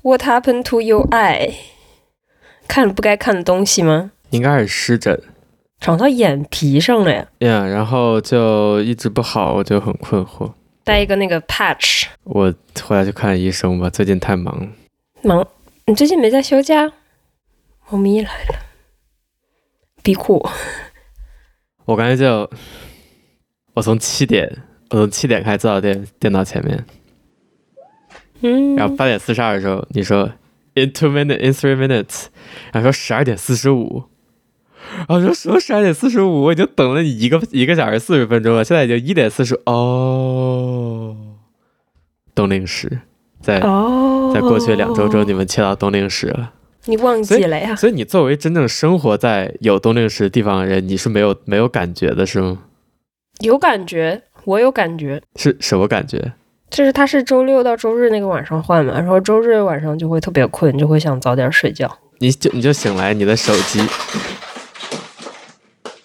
What happened to your eye？看了不该看的东西吗？应该是湿疹，长到眼皮上了呀，呀、然后就一直不好，我就很困惑。带一个那个 patch。我回来去看医生吧，最近太忙了。忙，你最近没在休假？猫咪来了，比酷。我刚才就，我从七点，我从七点开始坐到电电脑前面，嗯，然后八点四十二的时候，你说 in two minutes in three minutes，然后说十二点四十五，然后我说什么十二点四十五，我已经等了你一个一个小时四十分钟了，现在已经一点四十哦，冬令时，在哦，在过去两周中，你们切到冬令时了，你忘记了 呀？所以你作为真正生活在有冬令时的地方的人，你是没有没有感觉的，是吗？有感觉，我有感觉，是什么感觉？就是它是周六到周日那个晚上换嘛，然后周日晚上就会特别困，就会想早点睡觉。你就你就醒来，你的手机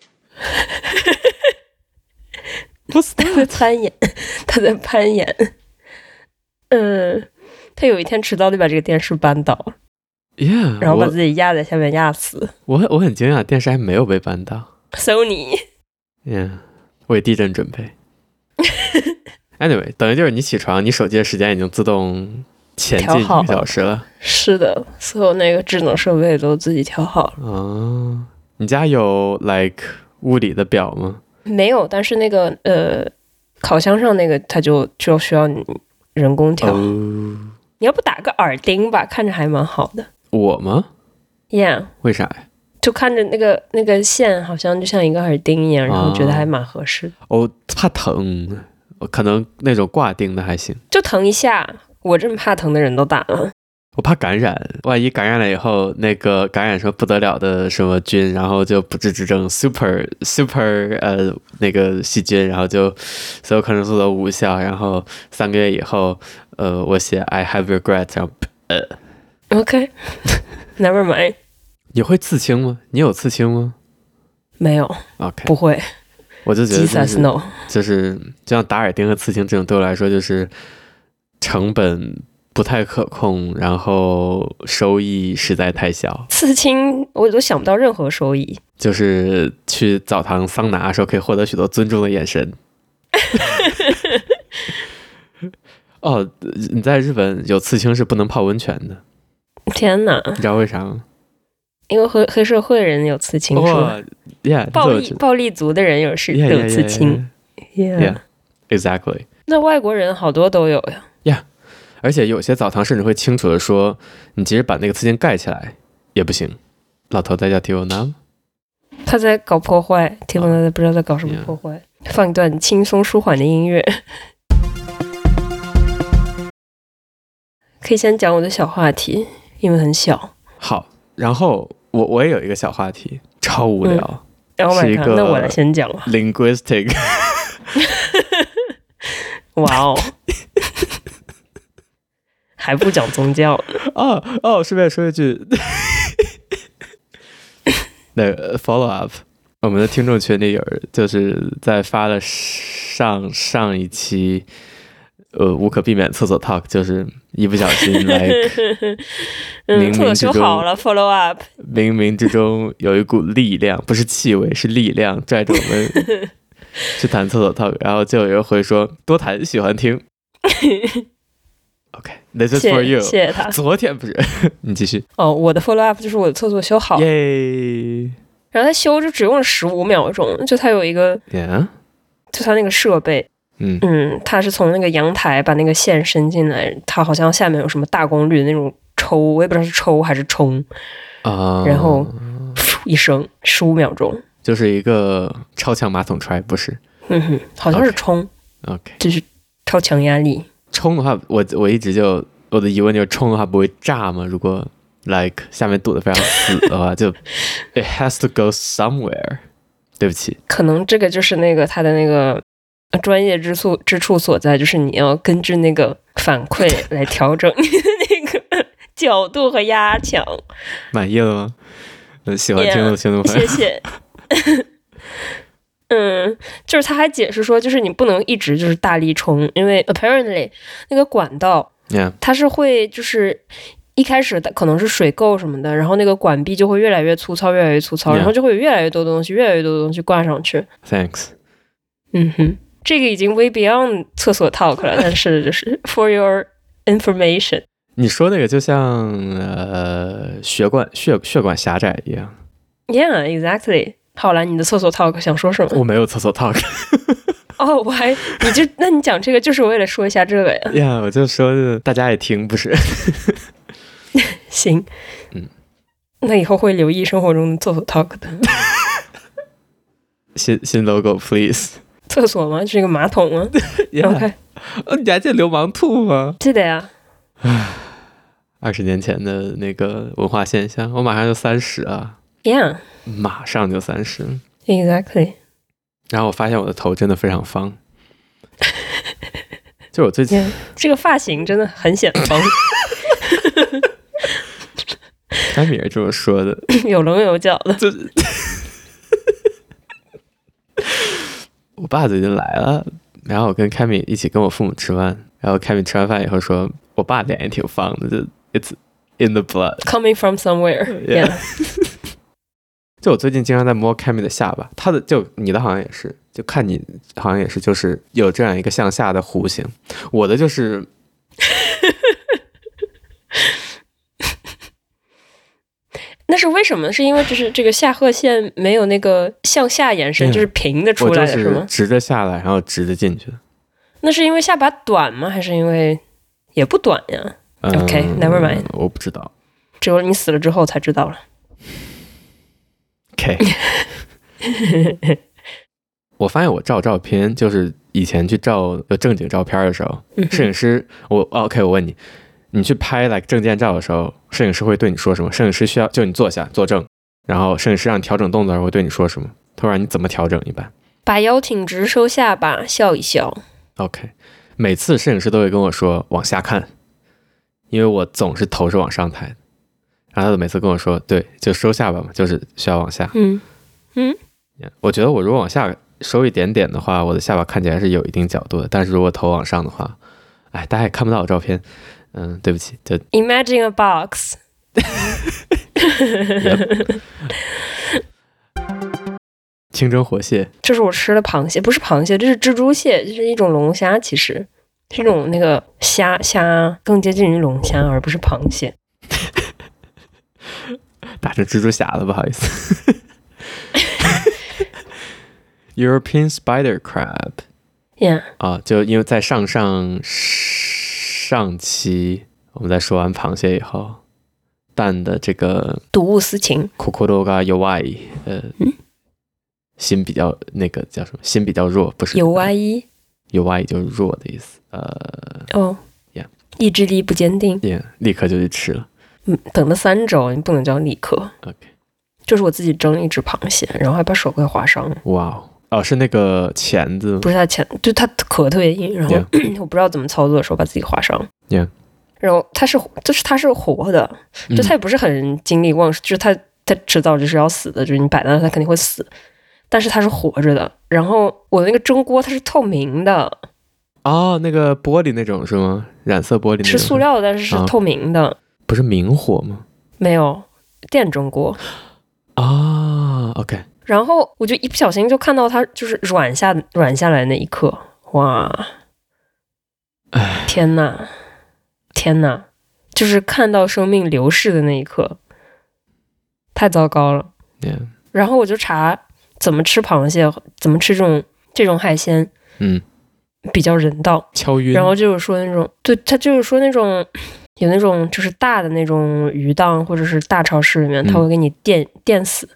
不是他嗯在攀岩，他在攀岩。嗯，他有一天迟到就把这个电视搬倒了， ，yeah，然后把我自己压在下面压死。我很我很惊讶，电视还没有被搬到。 Sony， 嗯，为地震准备。anyway，等于就是你起床，你手机的时间已经自动前进一调好个了小时了。是的，所有那个智能设备都自己调好了。哦，你家有 like 物理的表吗？没有，但是那个呃，烤箱上那个它就就需要你人工调。哦，你要不打个耳钉吧，看着还蛮好的。我吗？ Yeah，为啥呀？就看着那个那个线，好像就像一个耳钉一样，然后觉得啊还蛮合适的，哦，怕疼，我可能那种挂钉的还行。就疼一下。我这么怕疼的人都打了，我怕感染，万一感染了以后，那个感染什么不得了的什么菌，然后就不治之症，super super 呃那个细菌，然后就所有抗生素都无效，然后三个月以后，呃，我写 I have regret，然后 OK，Never、mind，你会刺青吗？你有刺青吗没有， ？OK，不啊会我就觉得就，Jesus 是 no，就是就像打耳钉和刺青这种，对我来说就是成本不太可控，然后收益实在太小，刺青我都想不到任何收益。就是去澡堂桑拿的时候可以获得许多尊重的眼神。哦，你在日本有刺青是不能泡温泉的，天哪，你知道为啥吗？因为黑黑社会人有刺青是吧？哇，Yeah， 暴力暴力族的人有是，Yeah，有刺青 Yeah，Yeah，Exactly。那外国人好多都有呀，而且有些澡堂甚至会清楚的说，你即使把那个刺青盖起来也不行。老头在叫 t i o n a 他在搞破坏，听不懂他不知道在搞什么 Yeah 破坏。放一段轻松舒缓的音乐， 可以先讲我的小话题，因为很小。好，然后我我也有一个小话题，超无聊。 Oh 是 my 一 god！个那我来先讲吧。 Linguistic 哇哦，还不讲宗教？哦哦，顺便说一句， 那个呃 follow up，我们的听众群里有人就是在发了上上一期，呃，无可避免厕所 talk，就是一不小心来冥 嗯，冥厕所之修中好 了，follow up。冥冥之中有一股力量，不是气味，是力量拽着我们 去谈厕所 talk，然后就有人回说多谈喜欢听。OK，this、谢 is for 谢 you。谢他。昨天不是， 你继续。哦，我的 follow up 就是我的厕所修好了，耶然后他修就只用了十五秒钟，就他有一个，yeah，就他那个设备，嗯，嗯，他是从那个阳台把那个线伸进来，他好像下面有什么大功率的那种抽，我也不知道是抽还是冲，啊，然后噗一声十五秒钟，就是一个超强马桶踹，不是嗯哼，好像是 OK 冲 OK 就是超强压力，冲的话，我我一直就我的疑问就是冲的话不会炸吗？如果 like 下面堵得非常死的话，就 it has to go somewhere。对不起，可能这个就是那个他的那个呃专业之处之处所在，就是你要根据那个反馈来调整你的那个 角度和压强，满意了吗？嗯，喜欢 Yeah，听的听众谢朋友，谢。 嗯，就是他还解释说，就是你不能一直就是大力冲，因为 apparently 那个管道 yeah，它是会就是一开始的可能是水垢什么的，然后那个管壁就会越来越粗糙，越来越粗糙， Yeah 然后就会有越来越多的东西，越来越多的东西挂上去。 Thanks。嗯哼，这个已经 way beyond 厕所 talk 了，但 是就是 for your information。你说那个就像呃血管血血管狭窄一样， Yeah, exactly。好了，你的厕所 talk 想说什么？我没有厕所 talk 哦， 我还你就那你讲这个就是为了说一下这个呀？呀，我就说是大家也听不是？ 行，嗯，那以后会留意生活中的厕所 talk 的。新新 logo please。 厕所吗？是一个马桶吗 Yeah， ？OK，呃你还记得流氓兔吗？记得呀。二十年前的那个文化现象，我马上就三十啊， Yeah, 马上就三十。 exactly。然后我发现我的头真的非常方，就是我最近 Yeah，这个发型真的很显 方， 开米尔这么说的，有棱有角的。就是我爸最近来了，然后我跟凯米一起跟我父母吃饭，然后凯米吃完饭以后说，我爸脸也挺方的，就 it's in the blood。 Coming from somewhere, 嗯 Yeah. yeah. 就我最近经常在摸凯米的下巴，他的就你的好像也是，就看你好像也是，就是有这样一个向下的弧形，我的就是那是为什么？是因为就是这个下颌线没有那个向下延伸， Yeah 就是平的出嗯我来就的是是吗？直着下来，然后直着进去的。那是因为下巴短吗？还是因为也不短呀？嗯 OK，never mind 我不知道。只有你死了之后才知道 了。 K，我发现我照照片，就是以前去照呃正经照片的时候，嗯摄影师，我哦 OK，我问你，你去拍 like 证件照的时候，摄影师会对你说什么？摄影师需要就你坐下坐正，然后摄影师让你调整动作的时候会对你说什么？他会让你怎么调整？一般把腰挺直，收下巴，笑一笑。 OK，每次摄影师都会跟我说往下看，因为我总是头是往上抬的，然后他每次跟我说，对，就收下巴嘛，就是需要往下。嗯，我觉得我如果往下收一点点的话，我的下巴看起来是有一定角度的。但是如果头往上的话，哎，大家也看不到我照片。嗯，对不起，就 Imagine a box. 清蒸活蟹。这是我吃的螃蟹，不是螃蟹，这是蜘蛛蟹，这是一种龙虾，其实是一种那个虾虾，更接近于龙虾，而不是螃蟹。打成蜘蛛侠了，不好意思。European spider crab Yeah，啊，就因为在上上上期我们在说完螃蟹以后，蛋的这个睹物思情。 kokoro ga yowai，呃，嗯心比较那个叫什么？心比较弱，不是有啊一有啊，也就是弱的意思。呃，哦 Yeah 意志力不坚定。也立刻就去吃了。嗯，等了三周，你不能叫立刻。 OK 就是我自己蒸了一只螃蟹，然后还把手给划伤了，哇哦，哦，是那个钳子吗不是它前，就它壳特别硬，然后 Yeah 我不知道怎么操作的时候把自己划伤。 Yeah 嗯然后它是就是它是活的，就它也不是很精力旺盛，就是它它迟早就是要死的，就是你摆在那儿它肯定会死，但是它是活着的。然后我的那个蒸锅它是透明的，哦，那个玻璃那种是吗？染色玻璃那种是塑，料的，但是是嗯啊透明的，不是明火吗？没有电蒸锅。啊，OK，然后我就一不小心就看到它就是软下软下来那一刻，哇！哎，天呐，天呐，就是看到生命流逝的那一刻，太糟糕了。 Yeah，然后我就查怎么吃螃蟹，怎么吃这种这种海鲜嗯，比较人道。敲晕，然后就是说那种，对他就是说那种有那种就是大的那种鱼档或者是大超市里面，嗯他会给你电电死，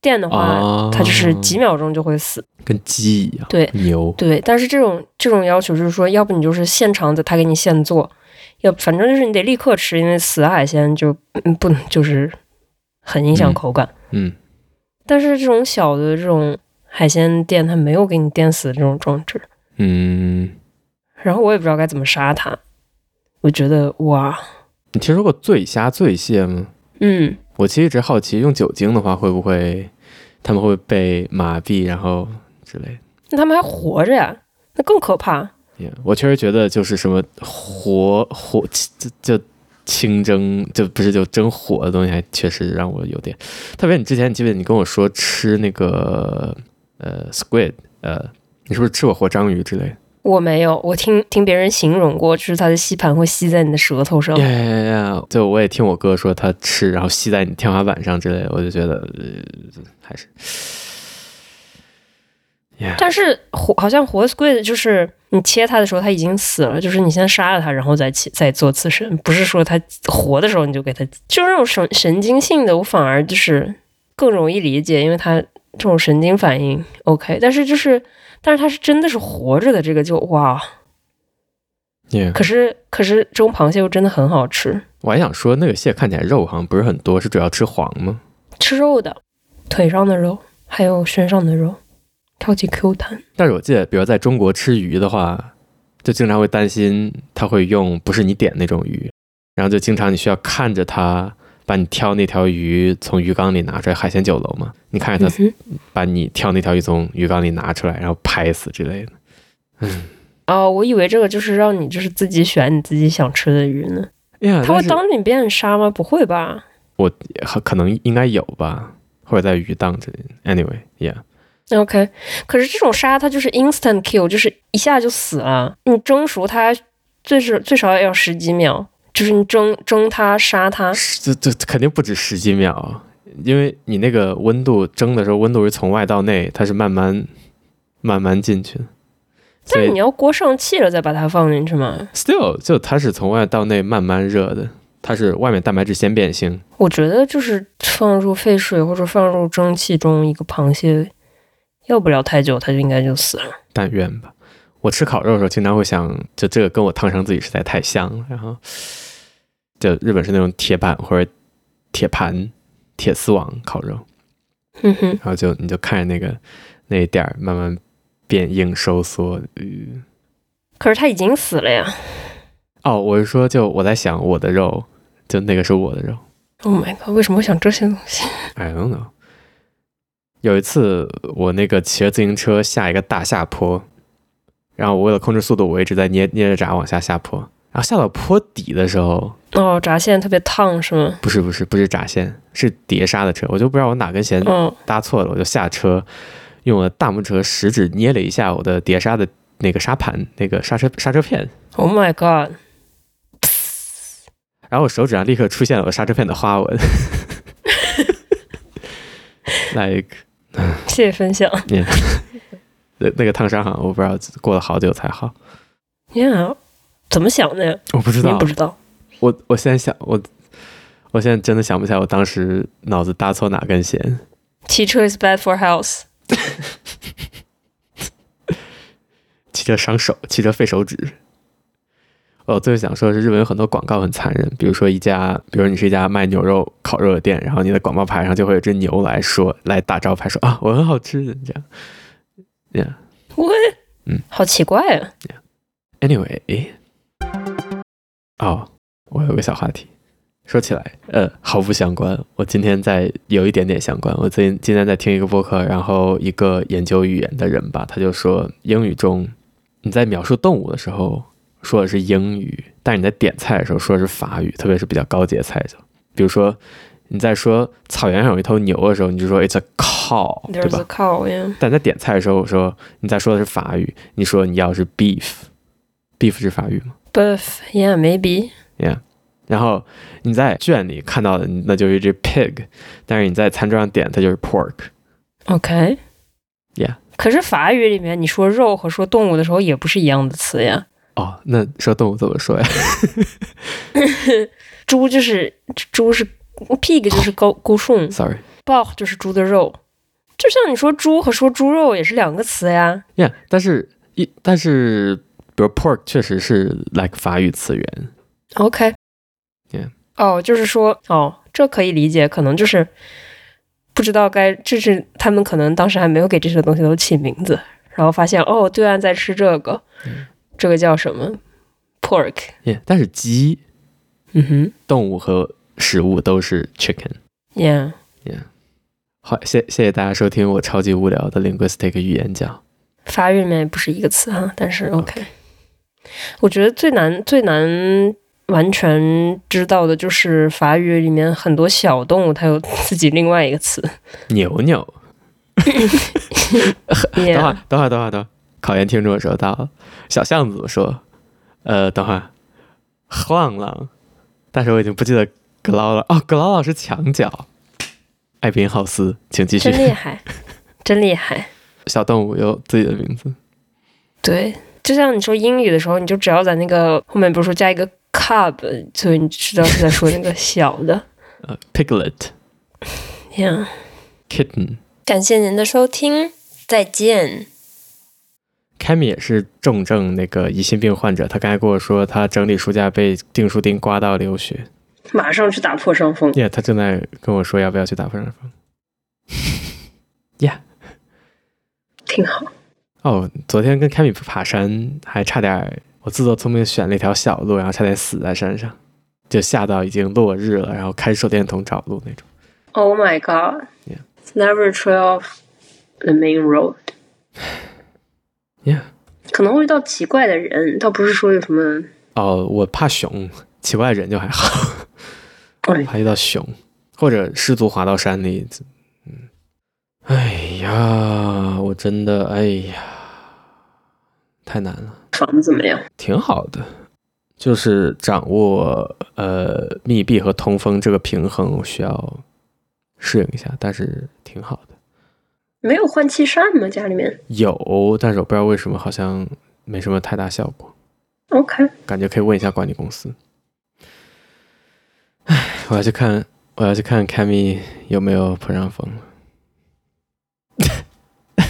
电的话。啊，它就是几秒钟就会死，跟鸡一样，对牛，对。但是这种这种要求就是说，要不你就是现场的，他给你现做，要反正就是你得立刻吃，因为死的海鲜就嗯不能就是很影响嗯口感。嗯，但是这种小的这种海鲜店，它没有给你电死的这种装置，嗯，然后我也不知道该怎么杀它。我觉得哇，你听说过醉虾、醉蟹吗？嗯，我其实一直好奇，用酒精的话会不会，他们会被麻痹，然后之类的。那他们还活着呀，那更可怕。 Yeah, 我确实觉得就是什么活活就就清蒸，就不是就蒸火的东西，还确实让我有点。特别你之前，你记不记得你跟我说吃那个呃 squid，呃，你是不是吃过活章鱼之类的？我没有，我听听别人形容过，就是它的吸盘会吸在你的舌头上。呀呀呀！就我也听我哥说他吃，然后吸在你天花板上之类的，我就觉得、呃、还是。Yeah. 但是活好像活 squid 就是你切它的时候它已经死了，就是你先杀了它，然后再切再做刺身，不是说它活的时候你就给它，就是这种神神经性的，我反而就是更容易理解，因为它这种神经反应 OK。但是就是但是它是真的是活着的，这个就哇。 Yeah. 可是可是蒸螃蟹又真的很好吃，我还想说那个蟹看起来肉好像不是很多，是主要吃黄吗？吃肉的，腿上的肉还有身上的肉。超级 Q 弹，但是我记得，比如在中国吃鱼的话，就经常会担心他会用不是你点那种鱼，然后就经常你需要看着他把你挑那条鱼从鱼缸里拿出来，海鲜酒楼嘛，你看着嗯他把你挑那条鱼从鱼缸里拿出来，然后拍死之类的。嗯，哦，我以为这个就是让你就是自己选你自己想吃的鱼呢。 Yeah, 他会当着你面杀吗？不会吧？我可能应该有吧，或者在鱼档这里。Anyway，yeah。 OK，可是这种杀它就是 instant kill，就是一下就死了。你蒸熟它最少最少也要十几秒，就是你蒸蒸它杀它，这这肯定不止十几秒，因为你那个温度蒸的时候，温度是从外到内，它是慢慢慢慢进去的。但是你要锅上气了再把它放进去嘛？Still，就它是从外到内慢慢热的。它是外面蛋白质先变性。我觉得就是放入沸水或者放入蒸汽中，一个螃蟹。要不了太久，它就应该就死了。但愿吧。我吃烤肉的时候，经常会想，就这个跟我烫伤自己实在太像了。然后，就日本是那种铁板或者铁盘、铁丝网烤肉，嗯哼，然后就你就看着那个那一点儿慢慢变硬收缩。呃、可是它已经死了呀。哦，我是说，就我在想我的肉，就那个是我的肉。 Oh my god！为什么会想这些东西？I don't know。有一次，我那个骑着自行车下一个大下坡，然后我为了控制速度，我一直在捏捏着闸往下下坡，然后下到坡底的时候，哦，闸线特别烫是吗？不是不是不是闸线，是碟刹的车，我就不知道我哪根弦搭错了，哦、我就下车，用我的大拇指食指捏了一下我的碟刹的那个刹盘，那个刹车刹车片。 Oh my god！然后我手指上立刻出现了我刹车片的花纹 ，like。谢谢分享。 Yeah. 那那个烫伤好像我不知道过了好久才好。 Yeah，怎么想的？我不知道，不知道。我我现在想，我我现在真的想不起来我当时脑子搭错哪根弦。骑车 is bad for health 骑车伤手，骑车废手指。我最想说的是，日本有很多广告很残忍，比如说一家，比如你是一家卖牛肉烤肉的店，然后你的广告牌上就会有只牛来说，来打招牌说啊，我很好吃的这样，这样，我嗯，好奇怪啊。 Yeah. Anyway，哦，我有个小话题，说起来，呃，毫不相关。我今天在有一点点相关。我最近今天在听一个播客，然后一个研究语言的人吧，他就说，英语中你在描述动物的时候。说的是英语，但你在点菜的时候说的是法语，特别是比较高级的菜就，比如说你在说草原上有一头牛的时候，你就说 It's a cow，对哦吧？cow，、yeah. 但在点菜的时候，我说你在说的是法语，你说你要是 beef，beef beef 是法语吗？beef，yeah，maybe，yeah。然后你在卷里看到的那就是一只 pig，但是你在餐桌上点它就是 pork。 OK，yeah。可是法语里面你说肉和说动物的时候也不是一样的词呀。 哦，那说动物怎么说呀？猪就是猪是 pig 就是高勾 顺 ，sorry，鲍就是猪的肉，就像你说猪和说猪肉也是两个词呀。 Yeah，但是一但是比如 pork 确实是 like 法语词源。 OK。 Yeah。哦，就是说哦，这可以理解，可能就是不知道该，就是他们可能当时还没有给这些东西都起名字，然后发现哦，对岸在吃这个。嗯这个叫什么？pork。 Yeah，但是鸡，嗯哼，动物和食物都是 chicken。 Yeah，yeah yeah.。好，谢谢谢大家收听我超级无聊的 linguistic 语言角。法啊语里面不是一个词哈，但是 OK。Okay. 我觉得最难最难，完全知道的就是法语里面很多小动物，它有自己另外一个词。牛牛，等会 Yeah，儿，等会儿，等会儿，等会儿，考验听众的时候到了。小巷子说：“呃，等会儿，晃浪。”但是我已经不记得格劳了。哦，格劳老是墙角。艾宾浩斯，请继续真。厉害，真厉害。 小动物有自己的名字。对，就像你说英语的时候，你就只要在那个后面，比如说加一个 cub，所以你知道是在说那个小的。 呃，piglet、 Yeah， kitten、感谢您的收听，再见。 Cammy 也是重症那个疑心病患者，他刚才跟我说，他整理书架被订书钉刮到流血。马上去打破伤风。耶、他正在跟我说要不要去打破伤风。呀、挺好。哦，昨天跟凯米爬山，还差点儿我自作聪明选了一条小路，然后差点死在山上，就吓到已经落日了，然后开手电筒找路那种。 Oh my god! Yeah. It's never a trail off the main road. 呀、可能会遇到奇怪的人，倒不是说有什么。哦，我怕熊，奇怪人就还好， 哎怕遇到熊或者失足滑到山里。嗯，哎呀，我真的哎呀，太难了。房子怎么样？挺好的，就是掌握呃密闭和通风这个平衡，我需要适应一下，但是挺好的。没有换气扇吗？家里面有，但是我不知道为什么好像没什么太大效果， ？OK，感觉可以问一下管理公司。唉，我要去看，我要去看 Cammy 有没有破伤风 了。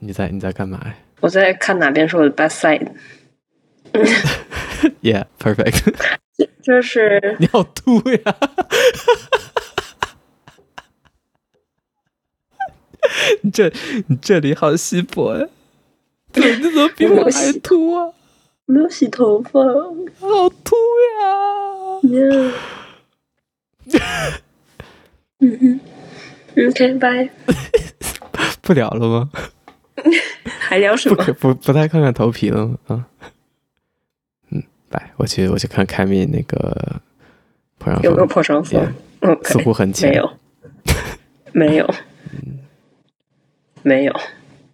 你在你在干嘛呀我在看哪边是我的 best side。 ？Yeah, perfect 。就是你好吐呀！你这你这里好稀薄呀！对，你怎么比我还秃啊？没有洗头发。好秃 呀！ Yeah. 嗯哼，OK，拜。不聊了吗？还聊什不么可不不太看看头皮了吗？啊，嗯，来，我去我去看凯米那个破伤有没有风，破伤风 Yeah. ？OK，似乎很没浅。有，没有，没有。